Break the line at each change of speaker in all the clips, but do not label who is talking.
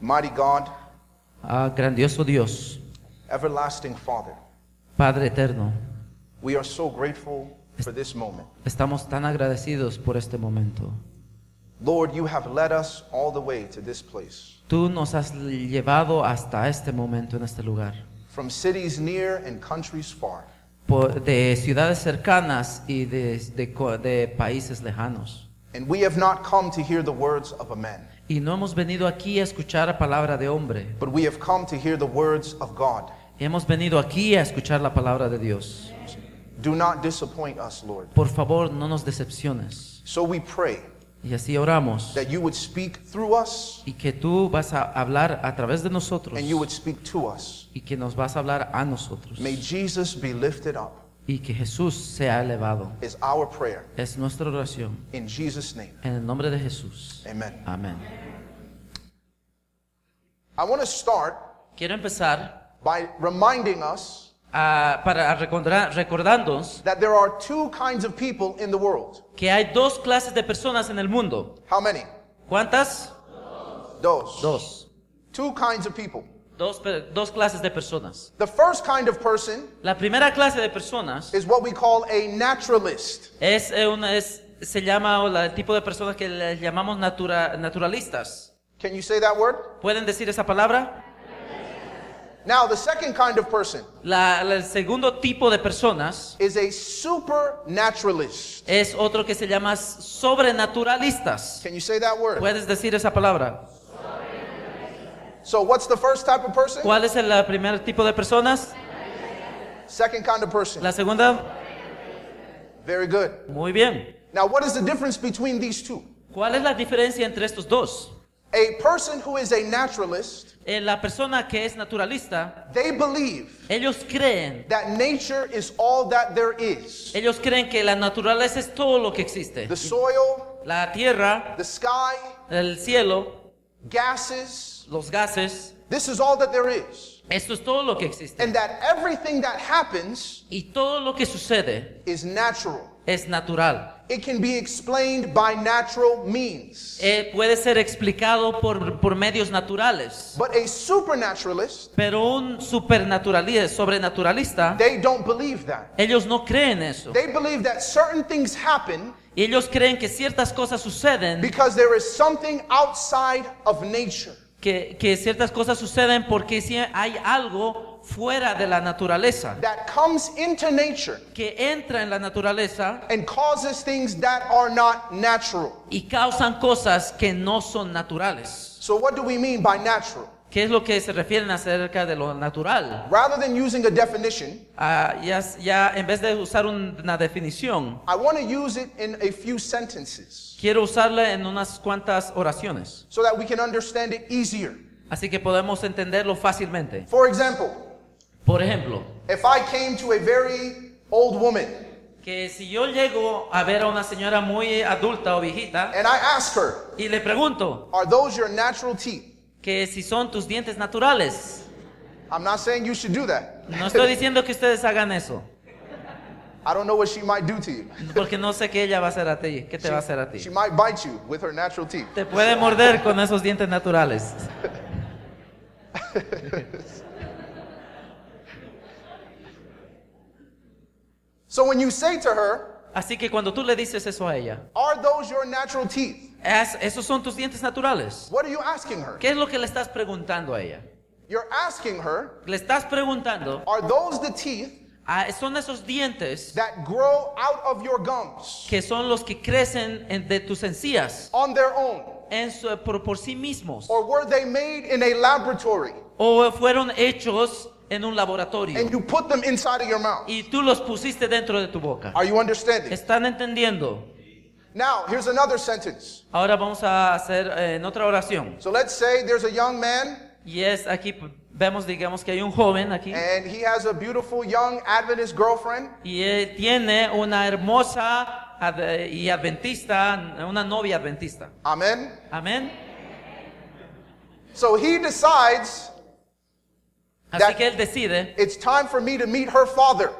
Mighty God,
Ah, grandioso Dios,
everlasting Father,
Padre eterno,
we are so grateful for this moment.
estamos tan agradecidos por este momento.
Lord, you have led us all the way to this place,
Tú nos has llevado hasta este momento en este lugar,
from cities near and countries far.
por- de ciudades cercanas y de, de co- de países lejanos.
And we have not come to hear the words of a man,
Y no hemos venido aquí a escuchar la palabra de hombre,
but we have come to hear the words of God.
hemos venido aquí a escuchar la palabra de Dios.
Do not disappoint us, Lord.
Por favor, no nos decepciones.
So we pray
Y así oramos.
that you would speak through us
Y que tú vas a hablar a través de nosotros.
and you would speak to us.
Y que nos vas a hablar a nosotros.
May Jesus be lifted up,
y que Jesús sea elevado.
is our prayer.
Es nuestra oración
In Jesus' name,
en el nombre de Jesús.
amen.
Amén.
I want to start
Quiero empezar
by reminding us
ah, para recordar, recordándonos
that there are two kinds of people in the world.
que hay dos clases de personas en el mundo.
How many?
¿Cuántas?
Those.
Dos.
Two kinds of people.
Dos, per- dos clases de personas.
The first kind of person
La primera clase de personas
is what we call a naturalist.
es, eh, una, es se llama o la- el tipo de personas que les llamamos natura- naturalistas.
Can you say that word?
¿Pueden decir esa palabra?
Now, the second kind of person
La- la- el segundo tipo de personas
is a supernaturalist.
es otro que se llama sobrenaturalistas.
Can you say that word?
¿Puedes decir esa palabra?
So, what's the first type of person?
¿Cuál es el eh, primer tipo de personas?
Second kind of person.
La segunda,
Very good.
muy bien.
Now, what is the difference between these two?
¿Cuál es la diferencia entre estos dos?
A person who is a naturalist,
Eh, la persona que es naturalista,
they believe
ellos creen,
that nature is all that there is.
ellos creen que la naturaleza es todo lo que existe.
The soil,
La tierra,
the sky,
el cielo,
gases,
los gases,
this is all that there is.
esto es todo lo que existe.
And that everything that happens
Y todo lo que sucede
is natural.
es natural.
It can be explained by natural means.
Eh, puede ser explicado por, por medios naturales.
But a supernaturalist,
Pero un supernaturalista, sobrenaturalista,
they don't believe that.
ellos no creen eso.
They believe that certain things happen
Y ellos creen que ciertas cosas suceden,
because there is something outside of nature.
que, que ciertas cosas suceden porque si hay algo fuera de la naturaleza,
that comes into nature
que entra en la naturaleza
and causes things that are not natural.
y causan cosas que no son naturales.
So, what do we mean by natural?
¿Qué es lo que se refieren acerca de lo natural?
Rather than using a definition,
Ah, ya, ya en vez de usar un- una definición,
I want to use it in a few sentences
quiero usarla en unas cuantas oraciones,
so that we can understand it easier.
así que podemos entenderlo fácilmente.
For example,
Por ejemplo,
if I came to a very old woman
que si yo llego a ver a una señora muy adulta o viejita
and I ask her,
y le pregunto
Are those your natural teeth?
que si son tus dientes naturales,
I'm not saying you should do that.
no estoy diciendo que ustedes hagan eso,
I don't know what she might do to you.
porque no sé qué ella va a hacer a ti, qué te va a hacer a ti.
She might bite you with her natural teeth.
Te puede morder con esos dientes naturales.
So, when you say to her,
Así que cuando tú le dices eso a ella,
Are those your natural teeth?
"Es- esos son tus dientes naturales.
What are you asking her?
¿Qué es lo que le estás preguntando a ella?
You're asking her,
Le estás preguntando,
are those the teeth
"Ah, son esos dientes
that grow out of your gums
que son los que crecen en- de tus encías
on their own?
en su- por- por sí mismos.
Or were they made in a laboratory
o fueron hechos en un laboratorio
and you put them inside of your mouth?
y tú los pusiste dentro de tu boca.
Are you understanding?
¿Están entendiendo?
Now, here's another sentence.
Ahora vamos a hacer eh, en otra oración.
So let's say there's a young man
Y es aquí, p- vemos, digamos que hay un joven aquí
and he has a beautiful young Adventist girlfriend
y eh, tiene una hermosa ad- y adventista, una novia adventista.
Amen.
Amén.
So he decides
Así
That-
que él decide,
it's time for me to meet her father.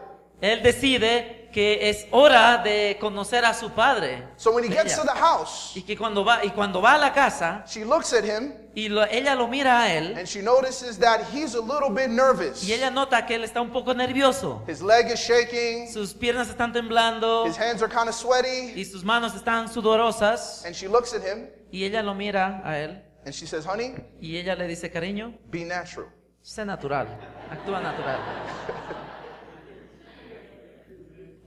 él decide que es hora de conocer a su padre.
So when he gets
Ella.
to the house,
Y que cuando va, y cuando va a la casa
she looks at him
y lo- ella lo mira a él
and she notices that he's a little bit nervous.
y ella nota que él está un poco nervioso.
His leg is shaking,
Sus piernas están temblando
his hands are kind of sweaty,
y sus manos están sudorosas
and she looks at him
y ella lo mira a él
and she says, "Honey,
y ella le dice, cariño,
be natural."
sé natural, actúa natural.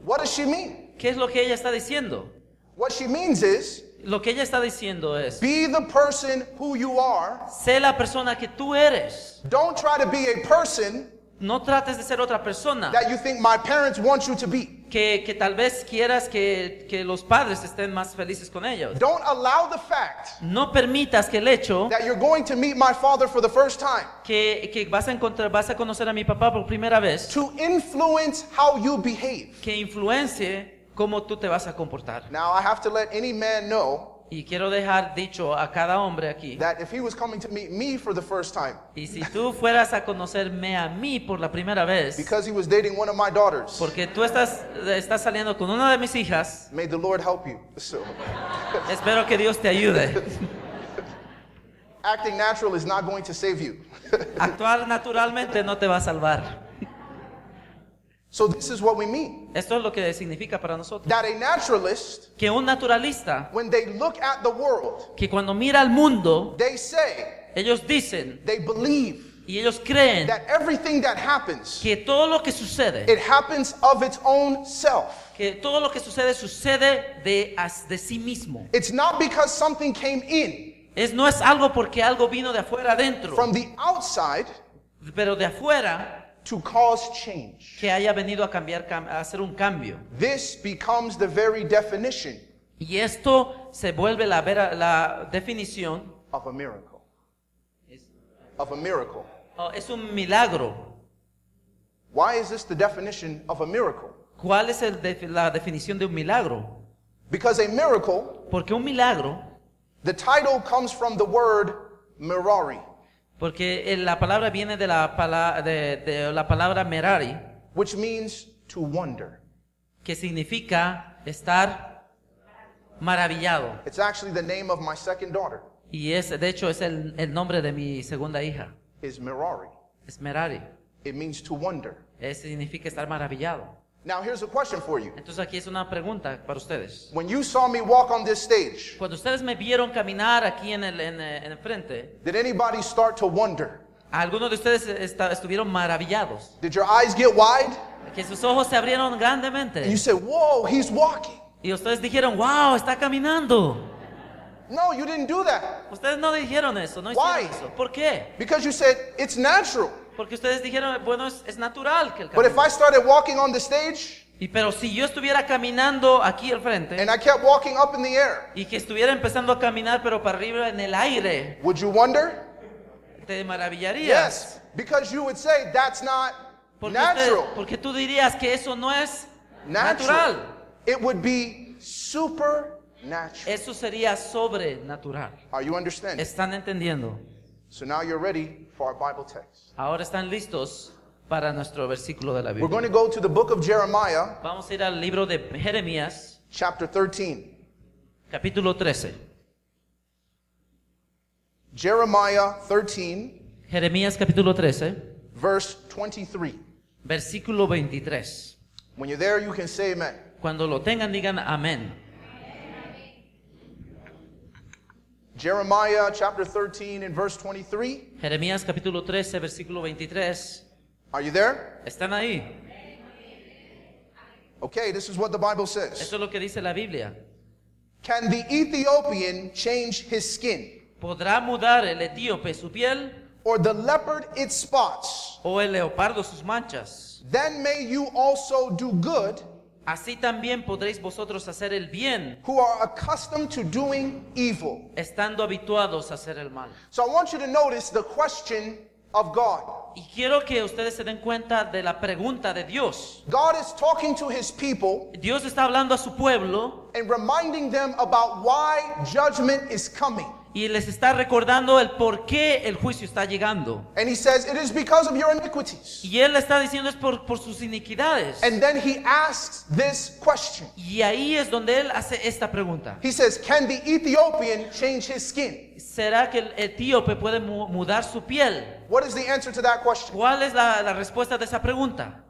What does she mean?
¿Qué es lo que ella está diciendo?
What she means is
Lo que ella está diciendo es,
be the person who you are.
sé la persona que tú eres.
Don't try to be a person
No trates de ser otra persona
that you think my parents want you to be.
que, que tal vez quieras que, que los padres estén más felices con ellos.
Don't allow the fact
No permitas que el hecho
that you're going to meet my father for the first time
que, que vas, a encontrar, vas a conocer a mi papá por primera vez
to influence how you behave.
que influencie cómo tú te vas a comportar.
Now, I have to let any man know
Y quiero dejar dicho a cada hombre aquí,
that if he was coming to meet me for the first time
y si tú fueras a conocerme a mí por la primera vez,
because he was dating one of my daughters,
porque tú estás, estás saliendo con una de mis hijas,
may the Lord help you. So,
espero que Dios te ayude.
acting natural is not going to save you.
Actuar naturalmente no te va a salvar.
So, this is what we mean
Esto es lo que significa para nosotros.
that a naturalist,
Que un naturalista,
when they look at the world,
que cuando mira al mundo,
They say,
ellos dicen
they believe
y ellos creen
that everything that happens,
que todo lo que sucede
it happens of its own self.
que todo lo que sucede sucede de, as- de sí mismo.
It's not because something came in
Es, no es algo porque algo vino de afuera adentro,
from the outside
pero de afuera
to cause change.
que haya venido a cambiar, cam- a hacer un cambio.
This becomes the very definition
Y esto se vuelve la, vera- la definición,
of a miracle.
es,
Of a miracle.
oh, es un milagro.
Why is this the definition of a miracle?
¿Cuál es el def- la definición de un milagro?
Because a miracle,
Porque un milagro,
the title comes from the word mirari,
porque eh, la palabra viene de la, pala- de- de la palabra merari,
which means to wonder.
que significa estar maravillado.
It's actually the name of my second daughter,
Y es, de hecho, es el, el nombre de mi segunda hija,
is mirari.
es Merari.
It means to wonder.
Eh, significa estar maravillado.
Now, here's a question for you.
Entonces aquí es una pregunta para ustedes.
When you saw me walk on this stage,
Cuando ustedes me vieron caminar aquí en el, en, eh, en el frente,
did anybody start to wonder?
algunos de ustedes esta- estuvieron maravillados.
Did your eyes get wide?
Que sus ojos se abrieron
And you
grandemente.
said, Whoa, he's walking.
Y ustedes dijeron, wow, está caminando.
No, you didn't do that
Ustedes no dijeron eso, no
Why?
hicieron eso. ¿Por qué?
because you said, It's natural.
Porque ustedes dijeron, bueno, es, es natural que el
But if
camine.
I started walking on the stage
Y pero si yo estuviera caminando aquí al frente,
and I kept walking up in the air,
y que estuviera empezando a caminar pero para arriba en el aire,
would you wonder?
te maravillarías.
Yes, because you would say, That's not
Porque, usted-
natural.
porque tú dirías que eso no es
Natural.
natural.
It would be supernatural.
Eso sería sobrenatural.
Are you understanding?
¿Están entendiendo?
So now you're ready for our Bible text.
Ahora están listos para nuestro versículo de la
We're
Biblia.
going to go to the book of Jeremiah,
Vamos a ir al libro de Jeremías,
chapter 13.
capítulo 13.
Jeremiah 13,
Jeremías, capítulo 13,
verse 23.
versículo 23.
When you're there, you can say amen.
Cuando lo tengan, digan amén.
Jeremiah chapter 13 and verse 23.
Jeremías, capítulo 13, versículo 23.
Are you there?
¿Están ahí?
Okay, this is what the Bible says.
Eso es lo que dice la Biblia.
Can the Ethiopian change his skin,
¿Podrá mudar el etíope su piel
or the leopard its spots?
o el leopardo sus manchas?
Then may you also do good
Así también podréis vosotros hacer el bien,
who are accustomed to doing evil.
estando habituados a hacer el mal.
So I want you to notice the question of God.
Y quiero que ustedes se den cuenta de la pregunta de Dios.
God is talking to his people
Dios está hablando a su pueblo
and reminding them about why judgment is coming.
y les está recordando el por qué el juicio está llegando.
And he says, It is because of your iniquities.
Y él le está diciendo es por, por sus iniquidades.
And then he asks this question
Y ahí es donde él hace esta pregunta.
He says, Can the Ethiopian change his skin?
¿Será que el etíope puede mu- mudar su piel?
What is the answer to that question?
¿Cuál es la, la respuesta de esa pregunta?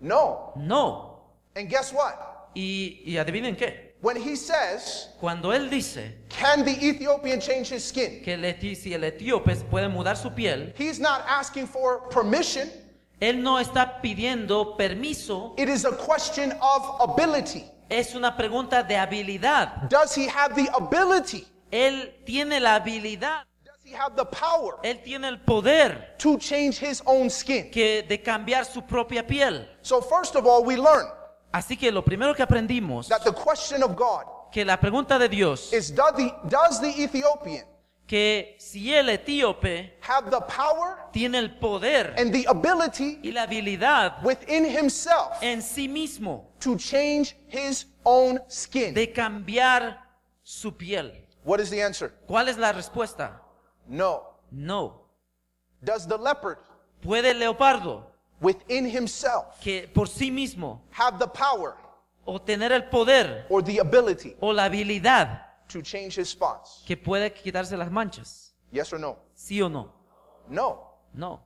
No.
No.
And guess what?
Y, y adivinen qué.
When he says,
Cuando él dice
Can the Ethiopian change his skin?
que el etí- si el etíope puede mudar su piel,
He's not asking for permission.
él no está pidiendo permiso.
It is a question of ability.
Es una pregunta de habilidad.
Does he have the ability?
Él tiene la habilidad.
Does he have the power
Él tiene el poder
to change his own skin?
que de cambiar su propia piel.
So, first of all, we learn
Así que lo primero que aprendimos,
that the question of God
que la pregunta de Dios,
is does the, does the Ethiopian
que si el etíope
have the power
tiene el poder
and the ability
y la habilidad
within himself
en sí mismo
to change his own skin?
de cambiar su piel.
What is the answer?
¿Cuál es la respuesta?
No.
No.
Does the leopard
¿Puede el leopardo
within himself
que por sí mismo
have the power
o tener el poder
or the ability
o la habilidad
to change his spots?
que puede quitarse las manchas?
Yes or no?
¿Sí o no?
No.
No.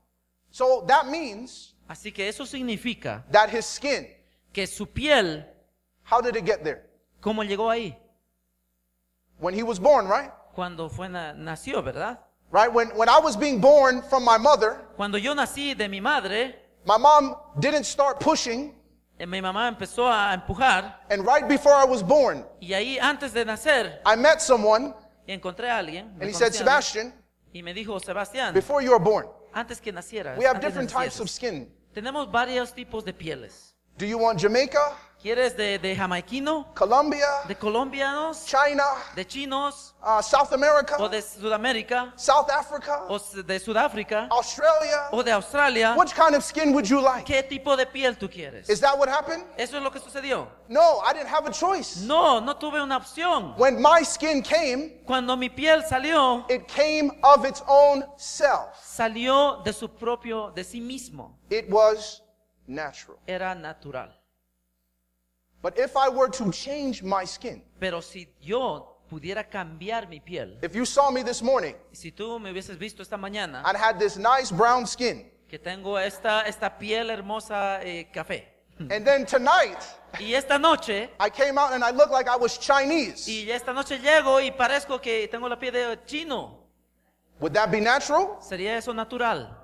So that means
Así que eso significa
that his skin,
que su piel,
how did it get there?
¿cómo llegó ahí?
When he was born, right?
Cuando fue na- nació, ¿verdad?
Right? When, when I was being born from my mother,
Cuando yo nací de mi madre,
my mom didn't start pushing,
eh, mi mamá empezó a empujar
and right before I was born,
y ahí antes de nacer
I met someone,
encontré a alguien me
and he said,
conocí a
Sebastian,
alguien, y me dijo, Sebastián,
before you are born,
antes que naciera,
we have
antes de
different types of
nacieras,
skin.
tenemos varios tipos de pieles.
Do you want Jamaica,
¿Quieres de, de jamaiquino,
Colombia,
de colombianos,
China,
de chinos
uh, South
o de
America,
Sudamérica
South Africa,
o s- de Sudáfrica
Australia?
o de Australia?
Which kind of skin would you like?
¿Qué tipo de piel tú quieres?
Is that what happened?
Eso es lo que sucedió.
No, I didn't have a choice.
No, no tuve una opción.
When my skin came,
Cuando mi piel salió,
it came of its own self.
salió de su propio, de sí mismo.
It was natural.
Era natural.
But if I were to change my skin,
Pero si yo pudiera cambiar mi piel,
if you saw me this morning
si tú me hubieses visto esta mañana,
and had this nice brown skin,
que tengo esta, esta piel hermosa eh, café,
and then tonight
y esta noche,
I came out and I looked like I was Chinese,
y esta noche llego y parezco que tengo la piel de chino,
would that be natural?
¿sería eso natural?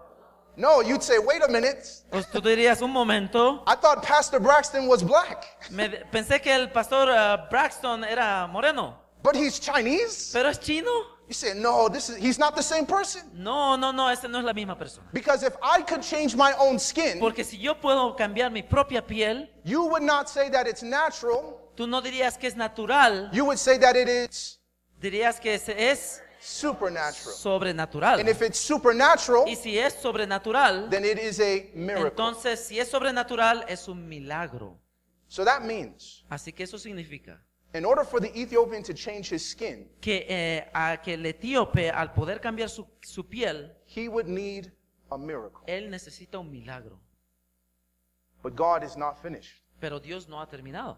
No, you'd say, wait a minute.
Pues tú dirías, un momento,
I thought Pastor Braxton was black,
me- pensé que el pastor ah, Braxton era moreno,
but he's Chinese?
pero es chino.
You say, no, this is, he's not the same person.
No, no, no, esa no es la misma persona.
Because if I could change my own skin,
Porque si yo puedo cambiar mi propia piel,
you would not say that it's natural.
tú no dirías que es natural,
You would say that it is
dirías que es, es
supernatural.
sobrenatural.
And if it's supernatural,
Y si es sobrenatural,
then it is a miracle.
entonces si es sobrenatural, es un milagro.
So that means,
Así que eso significa
in order for the Ethiopian to change his skin,
que, eh, a que el etíope, al poder cambiar su, su piel,
he would need a miracle.
él necesita un milagro.
But God is not finished.
Pero Dios no ha terminado.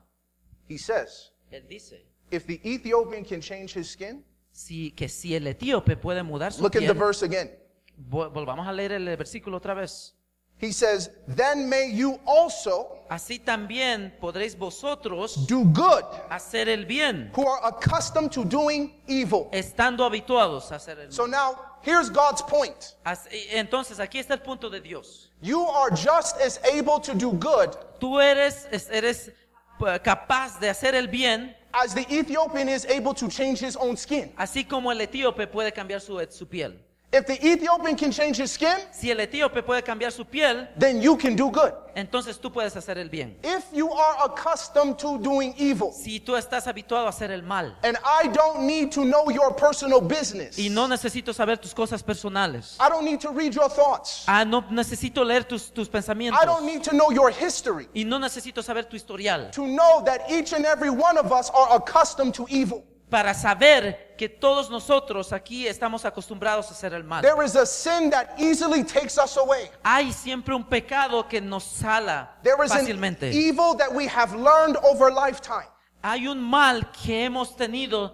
He says,
Él dice
if the Ethiopian can change his skin,
si, que si el etíope puede mudar su
look at the
piel,
verse again.
vol- volvamos a leer el versículo otra vez.
He says, then may you also
Así también podréis vosotros
do good
hacer el bien,
who are accustomed to doing evil.
estando habituados a hacer el
So
bien.
now, here's God's point.
Así- Entonces, aquí está el punto de Dios.
You are just as able to do good
Tú eres, es- eres eh, capaz de hacer el bien,
as the Ethiopian is able to change his own skin.
así como el etíope puede cambiar su, su piel.
If the Ethiopian can change his skin,
Si el etíope puede cambiar su piel,
then you can do good.
entonces tú puedes hacer el bien.
If you are accustomed to doing evil,
Si tú estás habituado a hacer el mal
and I don't need to know your personal business,
y no necesito saber tus cosas personales,
I don't need to read your thoughts,
ah, no necesito leer tus, tus
I don't
pensamientos
need to know your history,
y no necesito saber tu historial.
to know that each and every one of us are accustomed to evil.
para saber que todos nosotros aquí estamos acostumbrados a hacer el mal.
There is a sin that easily takes us away.
Hay siempre un pecado que nos sala
There is an e-
fácilmente.
evil that we have learned over lifetime.
Hay un mal que hemos tenido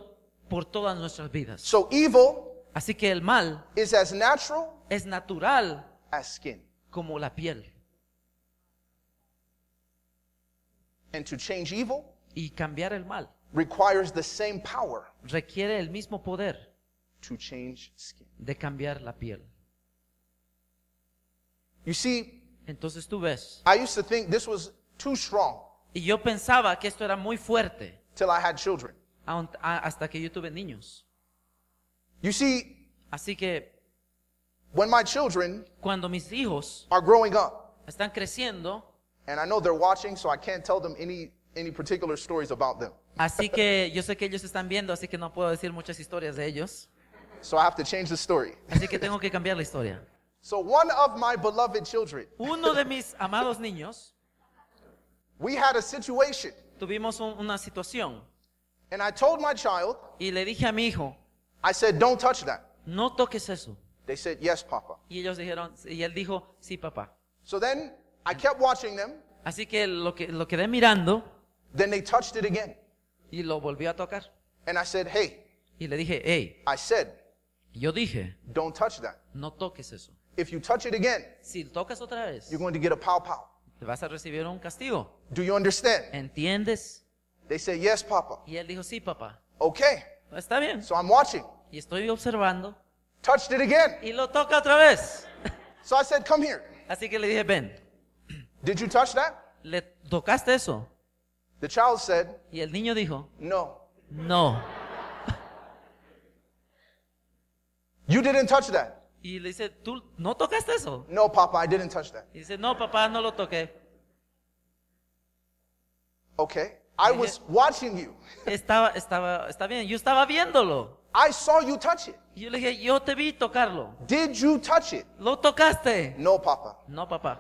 por todas nuestras vidas.
So evil
Así que el mal
is as natural
es natural
as skin.
como la piel.
And to change evil
Y cambiar el mal
requires the same power
requiere el mismo poder
to change skin.
de cambiar la piel.
You see,
Entonces tú ves.
I used to think this was too strong
Y yo pensaba que esto era muy fuerte
till I had children.
aun- a- hasta que yo tuve niños.
You see,
Así que
when my children
cuando mis hijos
are growing up,
están creciendo,
and I know they're watching, so I can't tell them any, any particular stories about them.
Así que yo sé que ellos están viendo, así que no puedo decir muchas historias de ellos.
So I have to change the story.
Así que tengo que cambiar la historia.
So one of my beloved children,
Uno de mis amados niños,
we had a situation,
tuvimos un- una situación
and I told my child,
y le dije a mi hijo,
I said, don't touch that.
no toques eso.
They said, yes, Papa.
Y ellos dijeron, y él dijo, sí, papá.
So then I kept watching them.
Así que lo, que lo quedé mirando
Then they touched it again.
y lo volvió a tocar.
And I said, hey,
Y le dije, hey,
I said,
yo dije,
don't touch that.
no toques eso.
If you touch it again,
Si lo tocas otra vez,
you're going to get a pow pow.
te vas a recibir un castigo.
Do you understand?
¿Entiendes?
They said, yes, Papa.
Y él dijo, sí, papá.
Okay.
Está bien.
So I'm watching.
Y estoy observando
Touched it again.
y lo toca otra vez.
So I said, come here.
Así que le dije, ven,
Did you touch that?
¿le tocaste eso?
The child said,
Y el niño dijo,
no.
no.
You didn't touch that.
Y le dice, ¿tú no tocaste eso?
No, Papa, I didn't touch that.
Y dice, no, papá, no lo toqué.
Okay. I was watching you.
Estaba, estaba, está bien, yo estaba viéndolo.
I saw you touch it.
Y yo le dije, yo te vi tocarlo.
Did you touch it?
¿Lo tocaste?
No, Papa.
No, papá.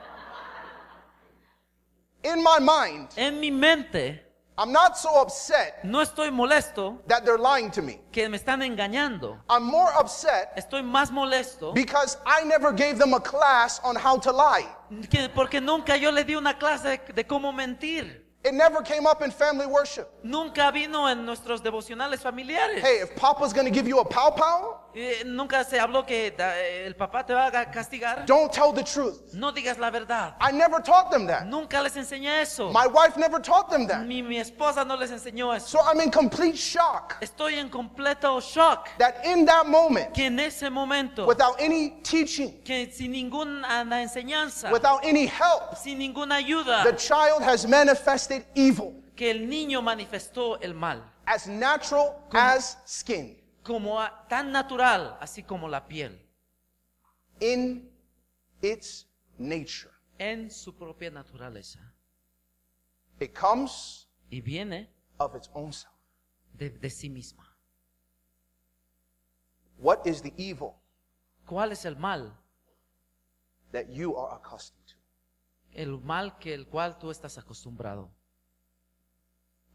In my mind,
En mi mente,
I'm not so upset
no estoy molesto
that they're lying to me.
que me están engañando.
I'm more upset
Estoy más molesto
because I never gave them a class on how to lie.
que- porque nunca yo le di una clase de- de cómo mentir.
It never came up in family worship.
Nunca vino en nuestros devocionales familiares.
Hey, if Papa's gonna give you a pow pow,
Eh, nunca se habló que da- eh, el papá te va a ga- castigar.
don't tell the truth.
No digas la verdad.
I never taught them that.
Nunca les enseñé eso.
My wife never taught them that.
Mi, mi esposa no les enseñó eso.
So I'm in complete shock
Estoy en completo shock
that in that moment,
que en ese momento,
without any teaching,
que sin ninguna enseñanza,
without any help,
sin ninguna ayuda,
the child has manifested evil
que el niño manifestó el mal,
as natural as skin.
como a- tan natural, así como la piel,
in its nature.
en su propia naturaleza.
It comes
Y viene
of its own self.
de, de sí misma.
What is the evil
¿Cuál es el mal?
that you are accustomed to?
El mal que el cual tú estás acostumbrado.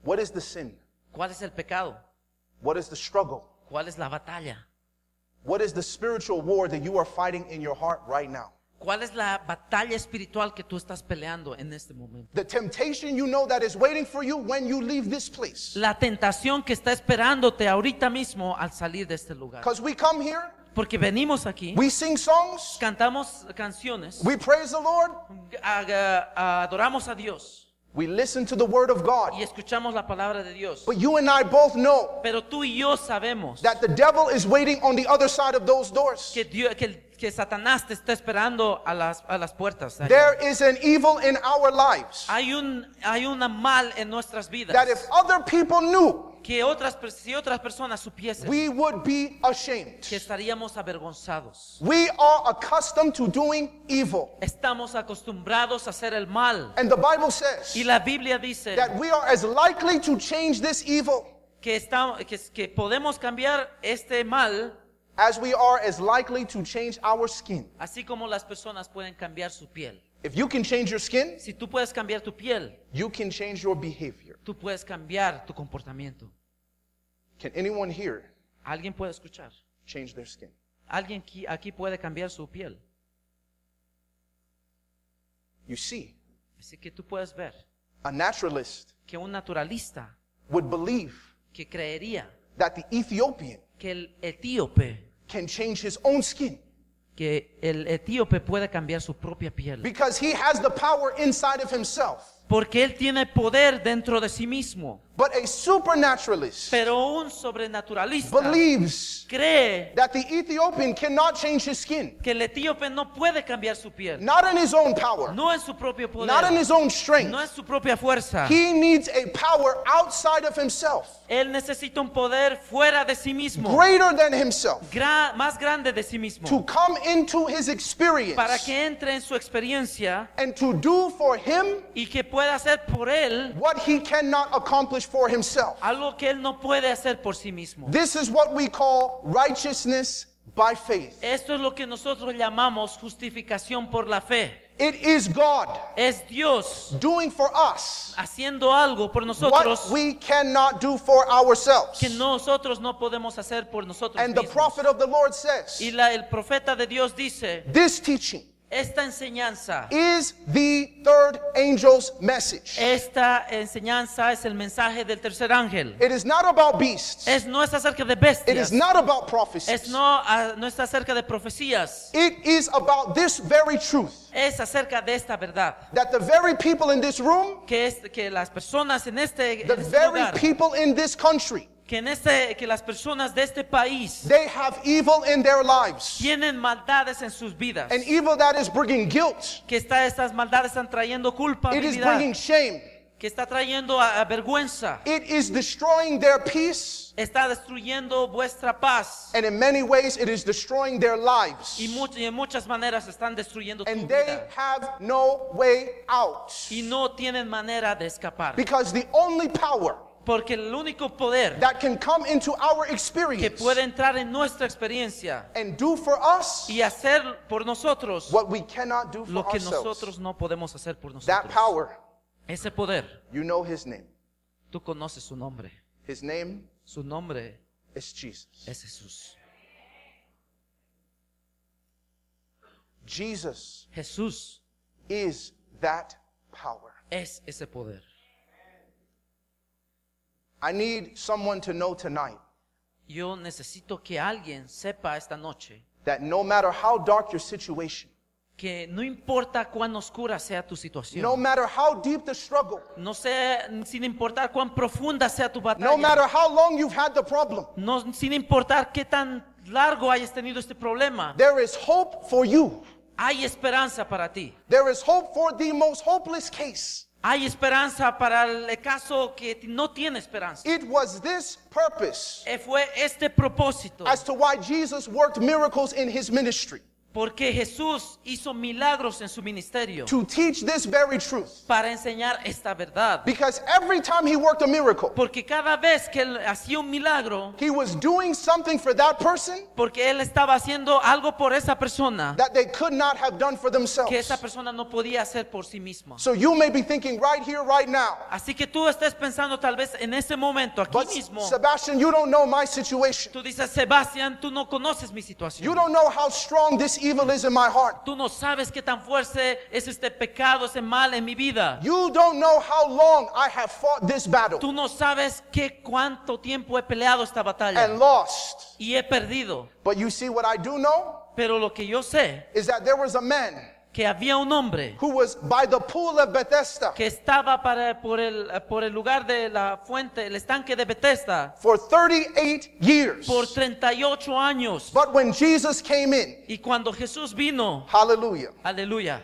What is the sin?
¿Cuál es el pecado?
What is the struggle?
¿Cuál es la batalla?
What is the spiritual war that you are fighting in your heart right now?
¿Cuál es la batalla espiritual que tú estás peleando en este momento?
The temptation you know that is waiting for you when you leave this place.
La tentación que está esperándote ahorita mismo al salir de este lugar.
Because we come here,
Porque venimos aquí,
we sing songs,
cantamos canciones,
we praise the Lord,
ag- adoramos a Dios
we listen to the word of
y
God.
escuchamos la palabra de Dios.
But you and I both know
Pero tú y yo sabemos
that the devil is waiting on the other side of those doors.
que, Dios- que el- que Satanás te está esperando a las, a las puertas.
There is an evil in our lives.
Hay un hay una mal en nuestras vidas
that if other people knew,
que otras per- si otras personas supiesen.
we would be
que
ashamed.
estaríamos avergonzados.
We are accustomed to doing evil.
Estamos acostumbrados a hacer el mal.
And the Bible
Y
says
la Biblia dice
that we are as likely to change this evil
que, estamos, que, que podemos cambiar este mal
as we are as likely to change our skin.
así como las personas pueden cambiar su piel.
If you can change your skin,
Si tú puedes cambiar tu piel,
you can change your behavior.
tú puedes cambiar tu comportamiento.
Can anyone here
Alguien puede escuchar.
change their skin.
Alguien aquí, aquí puede cambiar su piel.
You see,
Así que tú puedes ver
a naturalist
que un naturalista
would believe
que creería
that the Ethiopian
que el etíope,
can change his own skin
que el etíope puede cambiar su propia piel.
because he has the power inside of himself.
Porque él tiene poder dentro de sí mismo.
But a supernaturalist
Pero un sobrenaturalista
believes
cree
that the Ethiopian cannot change his skin,
que el etíope no puede cambiar su piel.
not in his own power,
No es su propio
not in
poder.
his own
No
strength.
es su propia fuerza.
He needs a power outside of himself,
Él necesita un poder fuera de sí mismo,
greater than himself,
gra- más grande de sí
to
mismo,
come into his experience
para que entre en su experiencia
and to do for him
y que pueda hacer por él
what he cannot accomplish for himself.
algo que él no puede hacer por sí mismo.
This is what we call righteousness by faith.
Esto es lo que nosotros llamamos justificación por la fe.
It is God
Es Dios
doing for us
haciendo algo por
what
nosotros
we cannot do for ourselves.
que nosotros no podemos hacer por nosotros
And the
mismos.
prophet of the Lord
Y
says,
la- el profeta de Dios dice,
this teaching
esta enseñanza,
is the third angel's message.
Eh. esta enseñanza es el mensaje del tercer ángel.
It is not about beasts.
Es no es acerca de
It is
bestias.
not about
Es
prophecies.
no, ah, no está acerca de profecías.
It is about this very truth
Es acerca de esta verdad.
that the very people in this room,
Que es que las personas en este,
the
en este
very
lugar,
people in this country,
que en este, que las personas de este país
they have evil in their lives.
tienen maldades en sus vidas.
An evil that is bringing guilt.
Que está, estas maldades están trayendo
It is
culpabilidad.
bringing shame.
Que está trayendo a- a vergüenza.
It is destroying their peace.
Está destruyendo vuestra paz.
And in many ways, it is destroying their
Y,
lives.
much- y en muchas maneras están destruyendo tu
And they
vida.
have no way out.
Y no tienen manera de escapar.
Because the only power
Porque el único poder
that can come into our
que
experience
puede entrar en nuestra experiencia
and do for us
y hacer por nosotros
what we cannot do for
lo que
ourselves,
nosotros no podemos hacer por
that
nosotros.
power,
Ese poder,
you know his name.
tú conoces su nombre.
His name
Su nombre
is Jesus.
es Jesús.
Jesus
Jesús
is that power.
es ese poder.
I need someone to know tonight
Yo necesito que alguien sepa esta noche
that no matter how dark your situation,
que no importa cuán oscura sea tu
no
situación,
matter how deep the struggle,
no sé, sin importar cuán profunda sea tu
no matter
batalla,
how long you've had the problem,
no, sin importar qué tan largo hayas tenido este problema,
There is hope for you.
hay esperanza para ti.
There is hope for the most hopeless case.
Hay esperanza para el caso que ti- no tiene esperanza.
It was this purpose
Eh, Fue este propósito
as to why Jesus worked miracles in his ministry
porque Jesús hizo milagros en su ministerio
to teach this very truth.
para enseñar esta verdad.
Because every time he worked a miracle,
Porque cada vez que él hacía un milagro,
he was doing something for that person
porque él estaba haciendo algo por esa persona
that they could not have done for
que esa
themselves.
persona no podía hacer por sí misma.
So you may be thinking right here, right now,
Así que tú estás pensando tal vez en ese momento aquí
but
mismo.
Sebastian, you don't know my situation.
Tú dices, Sebastián, tú no conoces mi
You
situación.
don't know how strong this evil is in my heart.
Tú no sabes qué tan fuerte es este pecado, ese mal en mi vida.
You don't know how long I have fought this battle
Tú no sabes qué cuánto tiempo he peleado esta
and
batalla
lost.
y he perdido.
But you see, what I do know
Pero lo que yo sé
is that there was a man
que había un hombre
who was by the pool of Bethesda
que estaba para, por, el, por el lugar de la fuente, el estanque de Bethesda,
for 38 years.
por 38 años.
But when Jesus came in,
Y cuando Jesús vino,
hallelujah,
aleluya,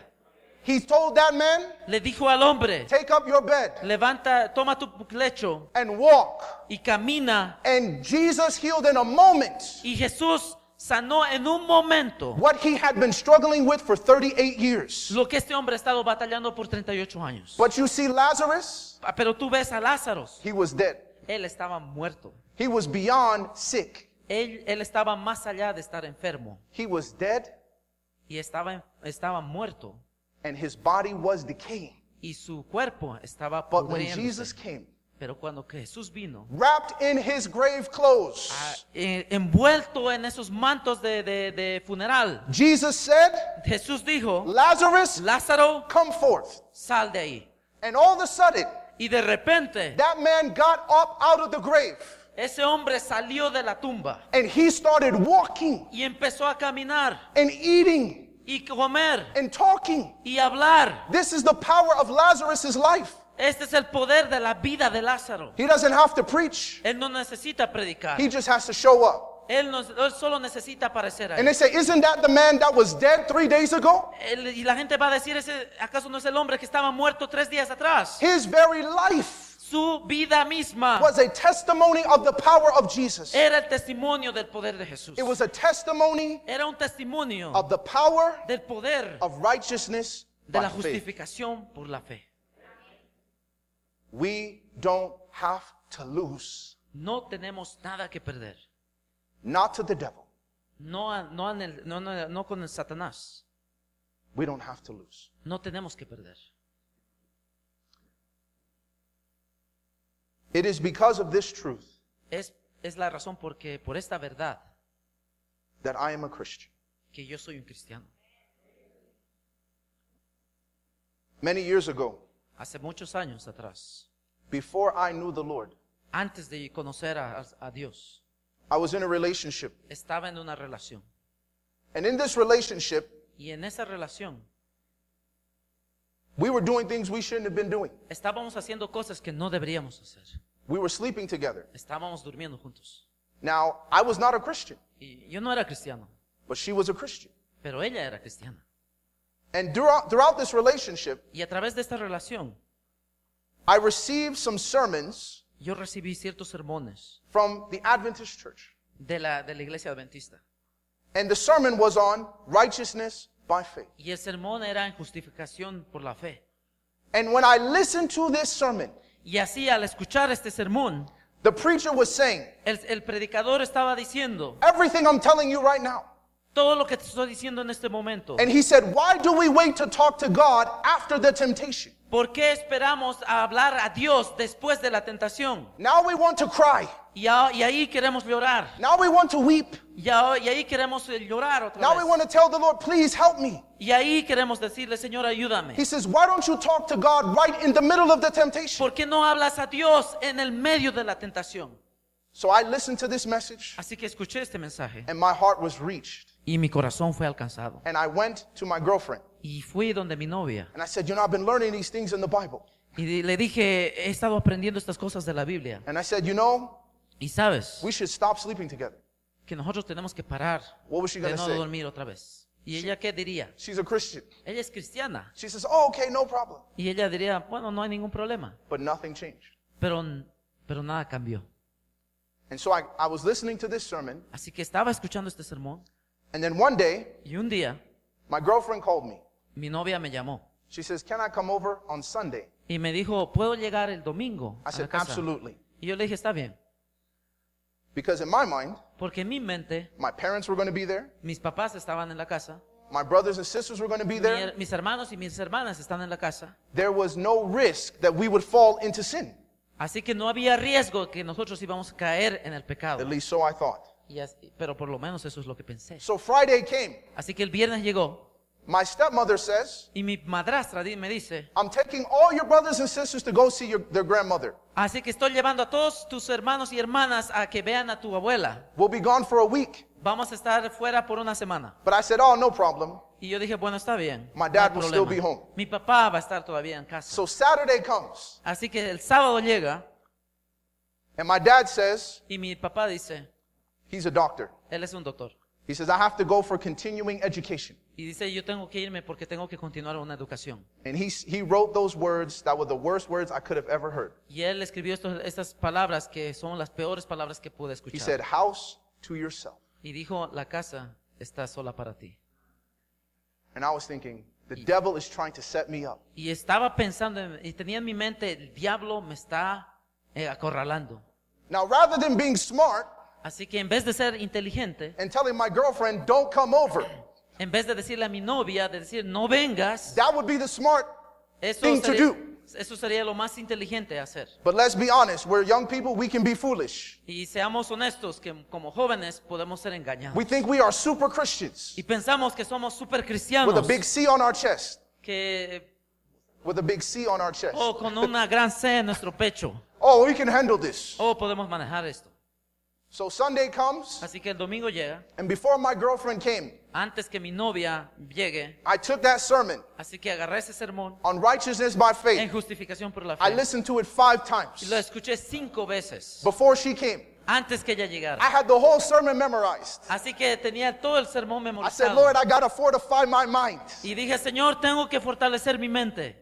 he told that man,
le dijo al hombre,
Take up your bed
levanta, toma tu lecho
and walk.
y camina.
And Jesus healed in a moment
Y Jesús sanó en un momento
what he had been struggling with for 38 years.
lo que este hombre ha estado batallando por 38 años.
But you see, Lazarus,
Ah, Pero tú ves a Lázaro.
he was dead.
Él estaba muerto.
He was beyond sick.
Él, él estaba más allá de estar enfermo.
He was dead
Y estaba, en- estaba muerto.
and his body was decaying.
Y su cuerpo estaba
But when
pudriéndose.
Jesus came,
Pero cuando que Jesús vino,
wrapped in his grave clothes.
ah, eh, envuelto en esos mantos de, de- de funeral,
Jesus said,
Jesús dijo,
Lazarus,
Lázaro,
come forth.
sal de ahí.
And all of a sudden,
Y de repente,
that man got up out of the grave
ese hombre salió de la tumba
and he started walking
y empezó a caminar
and eating
y comer
and talking.
y hablar.
This is the power of Lazarus' life.
Este es el poder de la vida de Lázaro.
He doesn't have to preach,
Él no necesita predicar.
he just has to show up.
Él, no- él solo necesita aparecer ahí.
And they say, Isn't that the man that was dead three days ago?
Él- y la gente va a decir, ¿ese, ¿acaso no es el hombre que estaba muerto tres días atrás?
His very life
Su vida misma
was a testimony of the power of Jesus.
era el testimonio del poder de Jesús.
It was a testimony
Era un testimonio
of the power
del poder
of righteousness
de la
by faith.
justificación por la fe.
We don't have to lose,
No tenemos nada que perder.
not to the devil.
No, a- no, en el- no, no- no con el Satanás.
We don't have to lose.
No tenemos que perder.
It is because of this truth
Es, es la razón porque por esta verdad
that I am a Christian.
que yo soy un cristiano.
Many years ago,
Hace muchos años atrás,
before I knew the Lord,
antes de conocer a- a Dios,
I was in a relationship.
estaba en una relación.
And in this relationship,
Y en esa relación
we were doing things we shouldn't have been doing.
estábamos haciendo cosas que no deberíamos hacer.
We were sleeping together.
Estábamos durmiendo juntos.
Now, I was not a Christian,
Y yo no era cristiano,
but she was a Christian.
pero ella era cristiana.
And throughout, throughout this relationship,
Y a través de esta relación,
I received some sermons
yo recibí ciertos sermones
from the Adventist church.
de la, de la iglesia adventista.
And the sermon was on righteousness by faith.
Y el sermón era en justificación por la fe.
And when I listened to this sermon,
Y así al escuchar este sermón,
the preacher was saying,
el, el predicador estaba diciendo
Everything I'm telling you right now.
todo lo que te estoy diciendo en este momento.
And he said, Why do we wait to talk to God after the temptation?
¿Por qué esperamos a hablar a Dios después de la tentación?
Now we want to cry.
Y, a- y ahí queremos llorar.
Now we want to weep.
Y, a- y ahí queremos eh, llorar otra
Now we
vez.
want to tell the Lord, Please help me.
Y ahí queremos decirle, Señor, ayúdame.
He says, Why don't you talk to God right in the middle of the temptation?
¿Por qué no hablas a Dios en el medio de la tentación?
So I listened to this message
Así que escuché este mensaje
and my heart was reached.
y mi corazón fue alcanzado.
And I went to my girlfriend
Y fui donde mi novia
and I said, You know, I've been learning these things in the Bible.
y di- le dije, he estado aprendiendo estas cosas de la Biblia.
And I said, You know,
Y sabes
we should stop sleeping together.
que nosotros tenemos que parar
What was she
de
gonna
no
say?
dormir otra vez. ¿Y ella qué diría?
She's a Christian.
Ella es cristiana.
She says, Oh, okay, no problem.
Y ella diría, bueno, no hay ningún problema.
But nothing changed.
Pero, pero nada cambió.
And so I, I was listening to this sermon.
Así que estaba escuchando este sermón
And then one day,
y un día
my girlfriend called me.
mi novia me llamó
She says, Can I come over on Sunday?
y me dijo, ¿puedo llegar el domingo?
I
A la
said,
casa?
Absolutely.
Y yo le dije, está bien,
Because in my mind,
porque en mi mente
my parents were going to be there,
mis papás estaban en la casa,
my brothers and sisters were going to be
mi-
there.
mis hermanos y mis hermanas están en la casa,
There was no risk that we would fall into sin.
así que no había riesgo que nosotros íbamos a caer en el pecado.
At least so I thought.
Y así- pero por lo menos eso es lo que pensé.
So Friday came.
Así que el viernes llegó
My stepmother says,
y mi madrastra di- me dice,
I'm taking all your brothers and sisters to go see your, their grandmother.
así que estoy llevando a todos tus hermanos y hermanas a que vean a tu abuela.
We'll be gone for a week.
Vamos a estar fuera por una semana.
But I said, Oh, no problem.
Y yo dije, bueno, está bien.
My
no
dad
hay
will still be
problema.
home.
Mi papá va a estar todavía en casa.
So Saturday comes,
Así que el sábado llega
and my dad says,
y mi papá dice,
He's a doctor.
él es un doctor.
He says, I have to go for continuing education.
Y dice, yo tengo que irme porque tengo que continuar una educación.
And he, s- he wrote those words that were the worst words I could have ever heard.
Y él escribió estos- estas palabras que son las peores palabras que pude
He
escuchar.
said, House to yourself.
y dijo, la casa está sola para ti.
And I was thinking, The devil is trying to set me up.
Y estaba pensando, en- y tenía en mi mente, el diablo me está eh, acorralando.
Now, rather than being smart
Así que en vez de ser inteligente,
and telling my girlfriend, Don't come over,
en vez de decirle a mi novia, de decir, no vengas,
that would be the smart
Eso
thing to
sería-
do.
Eso sería lo más inteligente hacer.
But let's be honest, we're young people, we can be foolish.
Y seamos honestos que como jóvenes podemos ser engañados.
We think we are super Christians
Y pensamos que somos super
with a
cristianos,
big C on our chest.
que
With a big C on our chest.
oh, con una gran C en nuestro pecho,
Oh, we can handle this.
oh, podemos manejar esto.
So Sunday comes,
Así que el domingo llega,
and before my girlfriend came,
antes que mi novia llegue,
I took that sermon
así que agarré ese sermón
on righteousness by
en
faith.
justificación por la
I
fe.
listened to it five
Y lo
times
escuché cinco veces
before she came.
antes que ella llegara.
I had the whole sermon memorized.
Así que tenía todo el sermón
I said,
memorizado.
Lord, I gotta fortify my mind.
Y dije, Señor, tengo que fortalecer mi mente.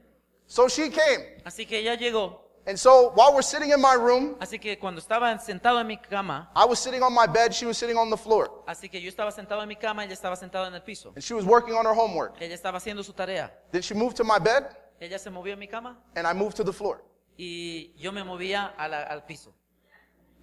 So she came.
Así que ella llegó.
And so while we're sitting in my room,
Así que cuando estaba sentado en mi cama,
I was sitting on my bed, she was sitting on the floor,
así que yo estaba sentado en mi cama, ella estaba sentada en el piso.
and she was working on her homework.
Ella estaba haciendo su tarea.
Then she moved to my bed,
Ella se movió en mi cama
and I moved to the floor.
y yo me movía a la- al piso.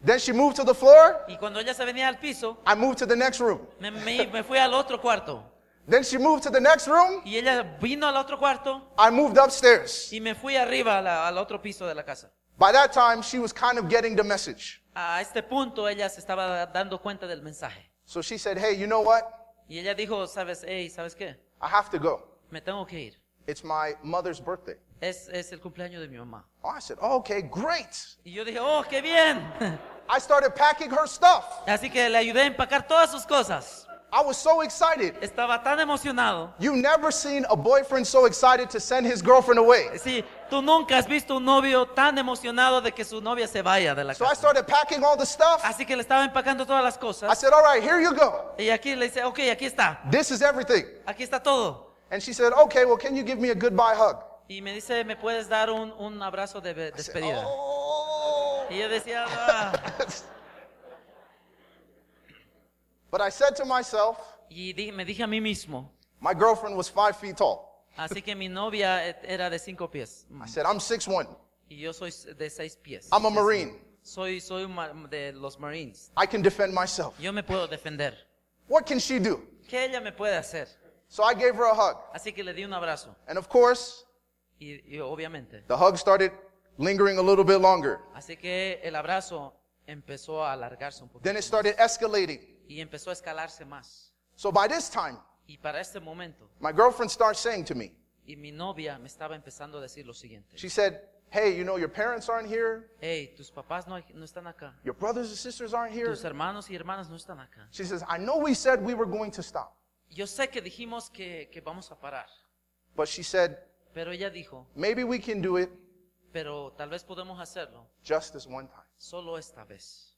Then she moved to the floor,
Y cuando ella se venía al piso,
I moved to the next room.
me, me- me fui al otro cuarto.
Then she moved to the next room,
Y ella vino al otro cuarto
I moved upstairs.
y me fui arriba a la- al otro piso de la casa.
By that time, she was kind of getting the message.
A este punto ella se estaba da- dando cuenta del mensaje.
So she said, Hey, you know what?
Y ella dijo, sabes, hey, ¿sabes qué?
I have to go.
Me tengo que ir.
It's my mother's birthday.
Es, es el cumpleaños de mi mamá.
Oh, I said, oh, Okay, great.
Y yo dije, oh, qué bien.
I started packing her stuff.
Así que le ayudé a empacar todas sus cosas.
I was so excited.
Estaba tan emocionado.
You never seen a boyfriend so excited to send his girlfriend away.
Sí, tú nunca has visto un novio tan emocionado de que su novia se vaya de la
So I
casa.
started packing all the stuff.
Así que le estaba empacando todas las
I
cosas.
said, All right, here you go.
Y aquí le dice, ok, aquí está.
This is everything.
Aquí está todo.
And she said, Okay, well, can you give me a goodbye hug?
Y me dice, ¿me puedes dar un, un abrazo de be-
I said,
despedida?
"Oh."
Y yo decía, "Ah".
But I said to myself,
y di- me dije a mí mismo.
My girlfriend was five feet tall.
Así que mi novia eh, era de cinco pies.
I said, I'm 6'1.
Y yo soy s- de seis pies.
I'm a Marine.
Soy, soy un ma- de los Marines.
I can defend myself.
Yo me puedo defender.
What can she do?
¿Qué ella me puede hacer?
So I gave her a hug.
Así que le di un abrazo.
And of course,
Y, y obviamente.
the hug started lingering a little bit longer.
Así que el abrazo empezó a alargarse un poquito.
Then it started escalating.
Y empezó a escalarse más.
So by this time,
Y para este momento,
my girlfriend starts saying to me,
y mi novia me estaba empezando a decir lo siguiente.
she said, Hey, you know, your parents aren't here,
Hey, tus papás no, hay- no están acá.
your brothers and sisters aren't here.
Tus hermanos y hermanas no están acá.
She says, I know we said we were going to stop.
Yo sé que dijimos que, que vamos a parar.
But she said,
Pero ella dijo,
Maybe we can do it
pero tal vez podemos hacerlo
just this one time.
solo esta vez.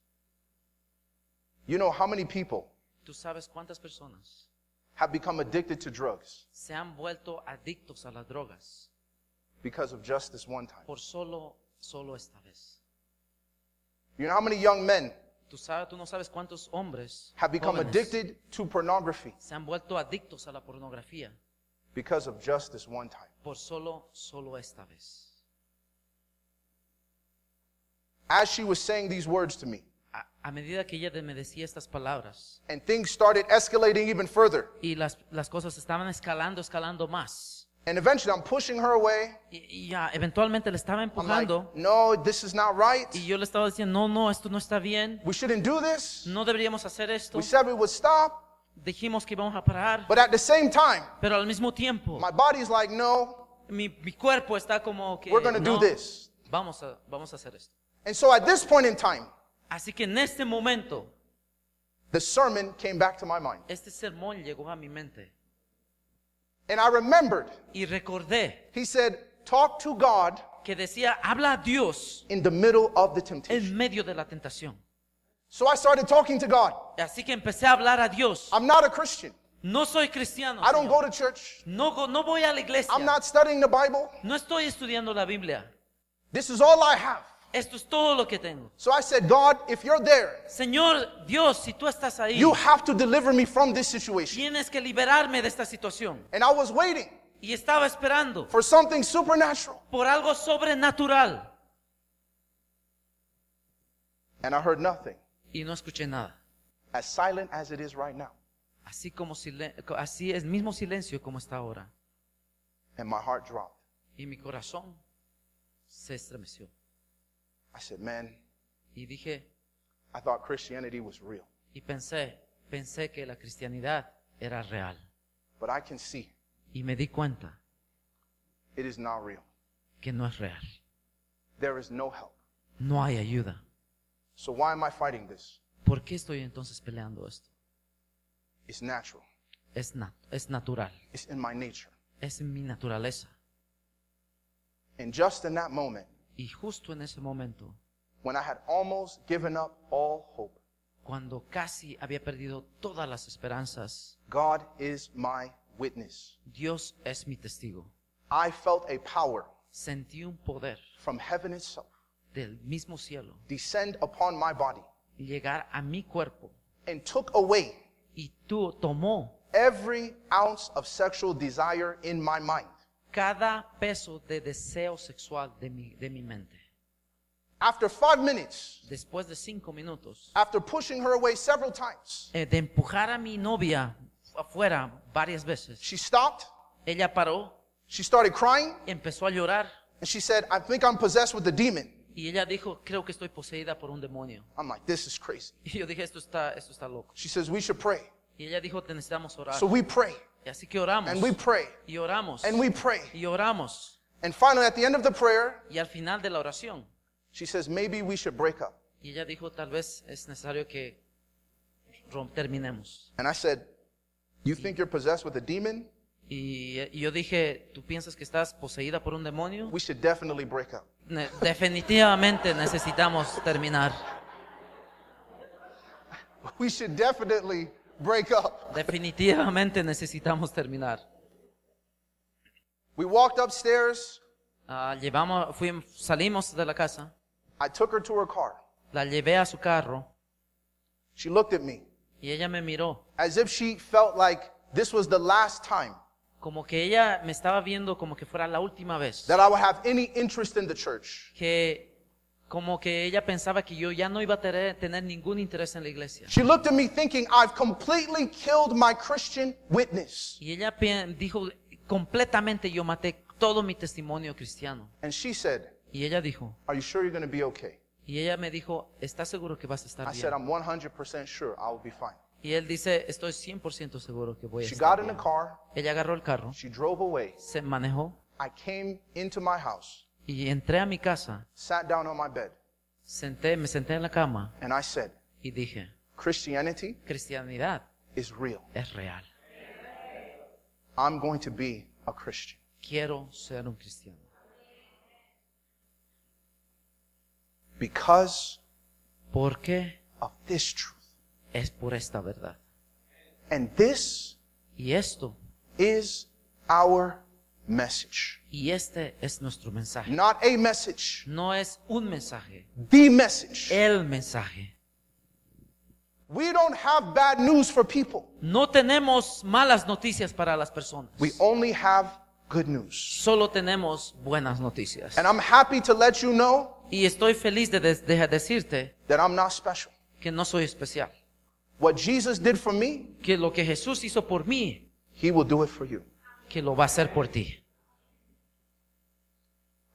You know how many people
Tú sabes cuántas personas
have become addicted to drugs
se han vuelto adictos a las drogas
because of just this one time?
por solo, solo esta vez.
You know how many young men
Tú, sabes, tú no sabes cuántos hombres
have become
jóvenes,
addicted to pornography
se han vuelto adictos a la pornografía
because of just this one time.
por solo, solo esta vez.
As she was saying these words to me,
A, a medida que ella de- me decía estas palabras
and things started escalating even further,
y las, las cosas estaban escalando, escalando más,
and eventually I'm pushing her away.
y, y ya eventualmente le estaba
I'm like,
empujando
no, this is not right.
y yo le estaba diciendo, no, no, esto no está bien,
We shouldn't do this.
no deberíamos hacer esto.
We said we would stop,
Dijimos que íbamos a parar,
but at the same time,
pero al mismo tiempo
my body's like, no,
mi, mi cuerpo está como que
we're going to do
"No,
this.
vamos a vamos a hacer esto.
And so at this point in time,
Así que en este momento
the sermon came back to my mind.
este sermón llegó a mi mente
And I remembered,
y recordé
he said, talk to God
que decía, habla a Dios
in the middle of the temptation.
en medio de la tentación.
So I started talking to God.
Así que empecé a hablar a Dios.
I'm not a Christian.
No soy cristiano.
I don't
Señor.
go to church.
No, go- no voy a la iglesia.
I'm not studying the Bible.
No estoy estudiando la Biblia.
This is all I have.
Esto es todo lo que tengo.
So I said, God, if you're there,
Señor Dios, si tú estás ahí,
you have to deliver me from this situation.
tienes que liberarme de esta situación.
And I was waiting
Y estaba esperando
for something supernatural.
por algo sobrenatural.
And I heard nothing,
y no escuché nada.
as silent as it is right now.
Así como silen- co- así es mismo silencio como está ahora.
And my heart dropped.
Y mi corazón se estremeció.
I said, man,
Y dije,
I thought Christianity was real.
y pensé, pensé que la cristianidad era real.
But I can see
Y me di cuenta
it is not real.
que no es real.
There is no help.
No hay ayuda.
So why am I fighting this?
¿Por qué estoy entonces peleando esto?
It's natural.
Es, nat- es natural.
It's in my nature.
Es mi naturaleza.
And just in that moment,
Y justo en ese momento,
when I had almost given up all hope,
cuando casi había perdido todas las esperanzas,
God is my witness.
Dios es mi testigo.
I felt a power
Sentí un poder
from heaven itself
del mismo cielo
descend upon my body
llegar a mi cuerpo
and took away
y tú tomó
every ounce of sexual desire in my mind.
cada peso de deseo sexual de mi, de mi mente.
After five minutes,
Después de cinco minutos
after pushing her away several times,
eh, de empujar a mi novia afuera varias veces,
she stopped.
ella paró,
She started crying
empezó a llorar
and she said, I think I'm possessed with a demon.
y ella dijo, creo que estoy poseída por un demonio.
I'm like, this is crazy.
Y yo dije, esto está, esto está loco.
She says, we should pray.
Y ella dijo, te necesitamos orar.
So we pray
Y así que oramos.
and we pray
Y oramos.
and we pray.
Y oramos.
And finally, at the end of the prayer,
Y al final de la oración,
she says, maybe we should break up.
y ella dijo, tal vez es necesario que rom- terminemos.
And I said, you think you're possessed with a demon?
Y, eh, y yo dije, ¿tú piensas que estás poseída por un demonio?
We should definitely break up.
Ne- definitivamente necesitamos terminar.
We should definitely break up.
Definitivamente necesitamos terminar.
We walked upstairs.
Ah, llevamos, fuimos, salimos de la casa,
I took her to her car.
la llevé a su carro
She looked at me
y ella me miró,
as if she felt like this was the last time
como que ella me estaba viendo como que fuera la última vez.
that I would have any interest in the church.
que como que ella pensaba que yo ya no iba a tener, tener ningún interés en la iglesia.
She looked at me thinking, I've completely killed my Christian witness.
Y ella pi- dijo, completamente yo maté todo mi testimonio cristiano.
And she said,
Y ella dijo,
Are you sure you're going to be okay?
y ella me dijo, ¿estás seguro que vas a estar
I said,
bien?
I'm 100% sure I will be fine.
Y él dice, estoy 100% seguro que voy a
She got
estar
in the
bien.
car.
Ella agarró el carro,
She drove away.
se manejó
I came into my house,
y entré a mi casa,
sat down on my bed,
senté, me senté en la cama
and I said,
y dije,
Christianity
cristianidad
is real.
es real.
I'm going to be a Christian.
Quiero ser un cristiano.
because
¿Por qué?
of this truth.
Es por esta verdad.
And this
Y esto
is our message.
Y este es nuestro mensaje.
Not a message,
No es un mensaje,
the message.
el mensaje.
We don't have bad news for people.
No tenemos malas noticias para las personas.
We only have good news.
Solo tenemos buenas noticias.
And I'm happy to let you know
Y estoy feliz de, des- de decirte
that I'm not special.
que no soy especial.
What Jesus did for me,
Que lo que Jesús hizo por mí,
he will do it for you.
que lo va a hacer por ti.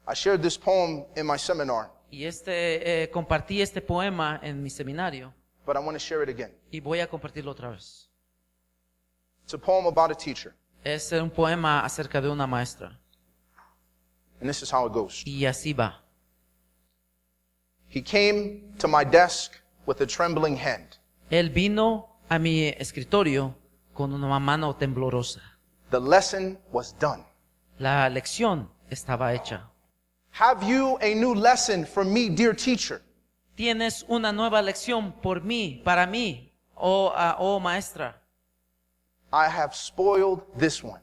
I shared this poem in my seminar,
Y este, eh, compartí este poema en mi seminario
but I want to share it again.
y voy a compartirlo otra vez.
It's a poem about a teacher,
Es un poema acerca de una maestra.
and this is how it goes.
Y así va.
He came to my desk with a trembling hand.
Él vino a mi escritorio con una mano temblorosa.
The lesson was done.
La lección estaba hecha.
Have you a new lesson for me, dear teacher?
Tienes una nueva lección por mí, para mí, oh, ah, oh maestra.
I have spoiled this one.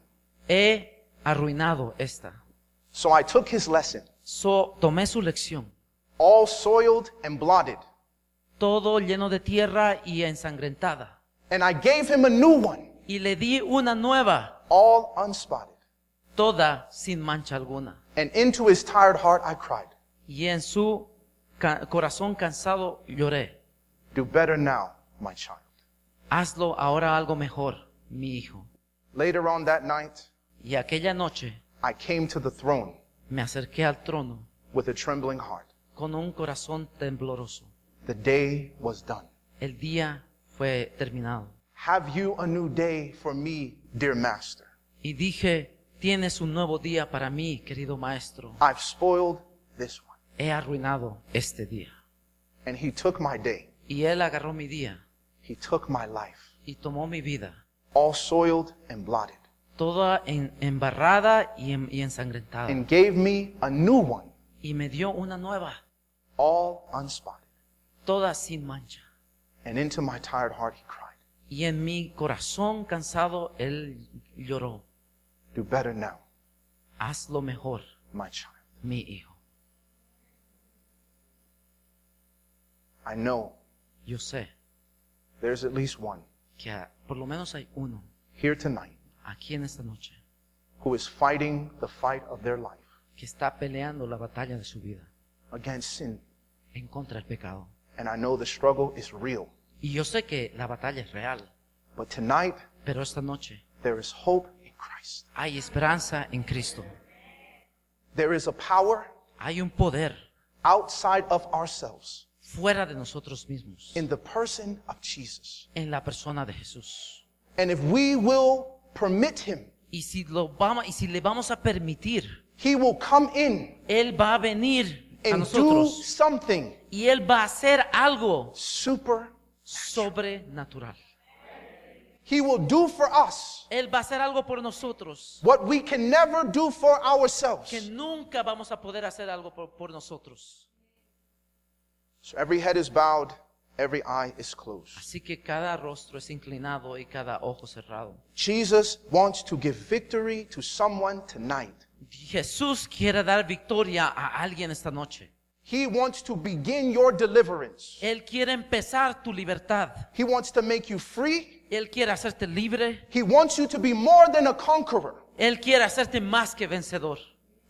He arruinado esta.
So I took his lesson,
So, tomé su lección,
all soiled and blotted,
todo lleno de tierra y ensangrentada,
and I gave him a new one,
y le di una nueva,
all unspotted.
toda sin mancha alguna.
And into his tired heart I cried,
Y en su ca- corazón cansado lloré.
Do better now, my child.
Hazlo ahora algo mejor, mi hijo.
Later on that night,
Y aquella noche
I came to the throne
me acerqué al trono
with a trembling heart.
con un corazón tembloroso.
The day was done.
El día fue terminado.
Have you a new day for me, dear master?
Y dije, tienes un nuevo día para mí, querido maestro.
I've spoiled this one.
He arruinado este día.
And he took my day.
Y él agarró mi día
He took my life,
y tomó mi vida,
all soiled and blotted,
toda en- embarrada y, en- y ensangrentada.
and gave me a new one,
y me dio una nueva,
all unspotted.
toda sin mancha.
And into my tired heart he cried,
Y en mi corazón cansado él lloró.
Do better now,
Haz lo mejor,
my child.
mi hijo.
I know
Yo sé
there's at least one
que ah, por lo menos hay uno
here tonight
aquí en esta noche
who is fighting the fight of their life
que está peleando la batalla de su vida
against sin.
en contra del pecado.
And I know the struggle is real.
Y yo sé que la batalla es real,
But tonight,
pero esta noche
there is hope in Christ.
hay esperanza en Cristo.
There is a power
Hay un poder
outside of ourselves
fuera de nosotros mismos
in the person of Jesus.
en la persona de Jesús.
And if we will permit him,
Y si, lo vamos, y si le vamos a permitir
he will come in
Él va a venir a
and do
nosotros
something
y Él va a hacer algo
super.
sobrenatural.
He will do for us
Él va a hacer algo por nosotros
what we can never do for
que
ourselves.
nunca vamos a poder hacer algo por, por nosotros.
So every head is bowed, every eye is closed.
Así que cada rostro es inclinado y cada ojo cerrado.
Jesus wants to give victory to someone tonight.
Jesús quiere dar victoria a alguien esta noche.
He wants to begin your deliverance.
Él quiere empezar tu libertad.
He wants to make you free.
Él quiere hacerte libre.
He wants you to be more than a conqueror
Él quiere hacerte más que vencedor